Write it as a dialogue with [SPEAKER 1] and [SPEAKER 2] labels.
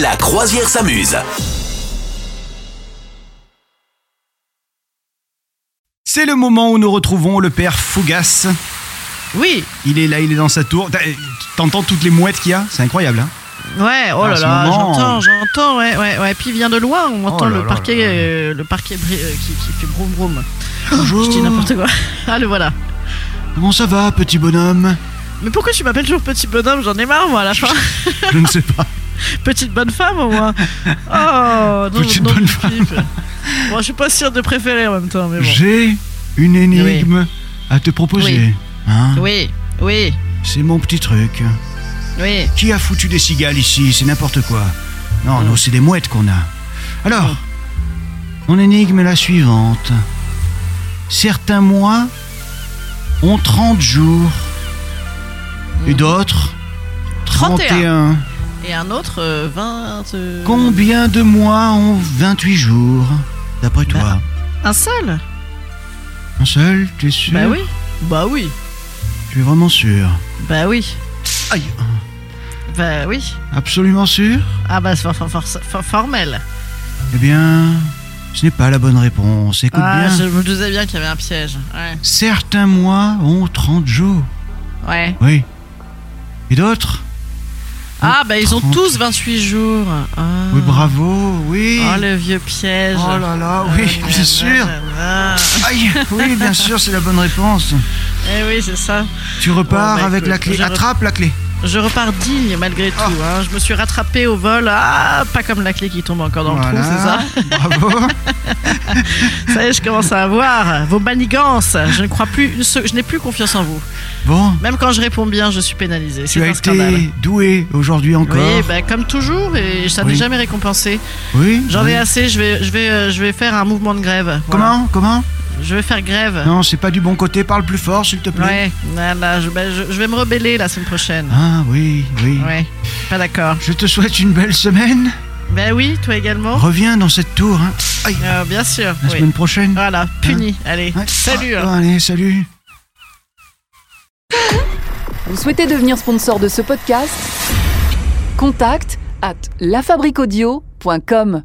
[SPEAKER 1] La croisière s'amuse.
[SPEAKER 2] C'est le moment où nous retrouvons le père Fougas.
[SPEAKER 3] Oui,
[SPEAKER 2] Il est là, il est dans sa tour. T'as- T'entends toutes les mouettes qu'il y a C'est incroyable, hein
[SPEAKER 3] ouais, oh
[SPEAKER 2] Ah,
[SPEAKER 3] là
[SPEAKER 2] ce
[SPEAKER 3] là,
[SPEAKER 2] moment. Oh
[SPEAKER 3] j'entends, j'entends, ouais, ouais, ouais. Puis il vient de loin, on entend
[SPEAKER 2] là
[SPEAKER 3] le,
[SPEAKER 2] là
[SPEAKER 3] parquet,
[SPEAKER 2] là là.
[SPEAKER 3] euh, le parquet, bri- euh, qui, qui fait broum broum.
[SPEAKER 2] Bonjour.
[SPEAKER 3] Je dis n'importe quoi. Ah, le voilà.
[SPEAKER 2] Comment ça va, petit bonhomme
[SPEAKER 3] Mais pourquoi tu m'appelles toujours petit bonhomme J'en ai marre, moi, à la fin.
[SPEAKER 2] Je ne sais pas.
[SPEAKER 3] Petite bonne femme, au moins. Oh, non,
[SPEAKER 2] Petite
[SPEAKER 3] non,
[SPEAKER 2] bonne
[SPEAKER 3] je kiffe. Bon, je suis pas sûre de préférer en même temps, mais bon.
[SPEAKER 2] J'ai une énigme à te proposer. Hein
[SPEAKER 3] Oui, oui,
[SPEAKER 2] C'est mon petit truc.
[SPEAKER 3] oui.
[SPEAKER 2] Qui a foutu des cigales ici C'est n'importe quoi. Non, non, c'est des mouettes qu'on a. Alors, mon énigme est la suivante. Certains mois ont 30 jours
[SPEAKER 3] Hmm.
[SPEAKER 2] et d'autres
[SPEAKER 3] 31.
[SPEAKER 2] 31.
[SPEAKER 3] Et un autre, euh, 20. euh,
[SPEAKER 2] Combien de mois ont 28 jours D'après toi
[SPEAKER 3] Un seul
[SPEAKER 2] Un seul Tu es sûr
[SPEAKER 3] Bah oui. Bah oui.
[SPEAKER 2] Tu es vraiment sûr
[SPEAKER 3] Bah oui.
[SPEAKER 2] Aïe.
[SPEAKER 3] Bah oui.
[SPEAKER 2] Absolument sûr
[SPEAKER 3] Ah bah c'est for- for- for- for- formel.
[SPEAKER 2] Eh bien, ce n'est pas la bonne réponse. Écoute
[SPEAKER 3] Ah,
[SPEAKER 2] bien.
[SPEAKER 3] je me disais bien qu'il y avait un piège. Ouais.
[SPEAKER 2] Certains mois ont 30 jours.
[SPEAKER 3] Ouais.
[SPEAKER 2] Oui. Et d'autres
[SPEAKER 3] Ah bah ils ont
[SPEAKER 2] 30.
[SPEAKER 3] tous 28 jours. Ah.
[SPEAKER 2] Oui, bravo, oui.
[SPEAKER 3] Oh le vieux piège.
[SPEAKER 2] Oh là là, oui,
[SPEAKER 3] Ah,
[SPEAKER 2] bien sûr.
[SPEAKER 3] nanana.
[SPEAKER 2] Aïe, oui, bien sûr, c'est la bonne réponse.
[SPEAKER 3] Eh oui, c'est ça.
[SPEAKER 2] Tu repars
[SPEAKER 3] bah,
[SPEAKER 2] avec
[SPEAKER 3] écoute,
[SPEAKER 2] la clé.
[SPEAKER 3] je-
[SPEAKER 2] Attrape la clé.
[SPEAKER 3] Je repars digne malgré
[SPEAKER 2] Ah.
[SPEAKER 3] tout. hein. Je me suis rattrapée au vol. Ah, pas comme la clé qui tombe encore dans le trou, c'est ça
[SPEAKER 2] Voilà. Bravo.
[SPEAKER 3] Ça y est, je commence à avoir vos manigances. Je ne crois plus, une se- je n'ai plus confiance en vous.
[SPEAKER 2] Bon,
[SPEAKER 3] Même quand je réponds bien, je suis pénalisée.
[SPEAKER 2] tu
[SPEAKER 3] C'est
[SPEAKER 2] as
[SPEAKER 3] un scandale.
[SPEAKER 2] été doué aujourd'hui encore.
[SPEAKER 3] Oui, bah, comme toujours, et ça
[SPEAKER 2] Oui.
[SPEAKER 3] n'est jamais récompensé.
[SPEAKER 2] Oui,
[SPEAKER 3] J'en
[SPEAKER 2] oui.
[SPEAKER 3] ai assez, je vais, je, vais, euh, je vais faire un mouvement de grève. Voilà.
[SPEAKER 2] Comment Comment
[SPEAKER 3] Je vais faire grève.
[SPEAKER 2] Non, c'est pas du bon côté. Parle plus fort, s'il te plaît.
[SPEAKER 3] Ouais, là, là, je, bah, je- je vais me rebeller la semaine prochaine.
[SPEAKER 2] Ah oui, oui.
[SPEAKER 3] Ouais, pas d'accord.
[SPEAKER 2] Je te souhaite une belle semaine.
[SPEAKER 3] Ben oui, toi également
[SPEAKER 2] Reviens dans cette tour. hein. Aïe,
[SPEAKER 3] Euh, Bien sûr,
[SPEAKER 2] la
[SPEAKER 3] oui.
[SPEAKER 2] semaine prochaine.
[SPEAKER 3] Voilà, puni, allez.
[SPEAKER 2] Ouais.
[SPEAKER 3] Salut hein.
[SPEAKER 2] Ah, allez, salut.
[SPEAKER 4] Vous souhaitez devenir sponsor de ce podcast Contact à lafabriquaudio.com.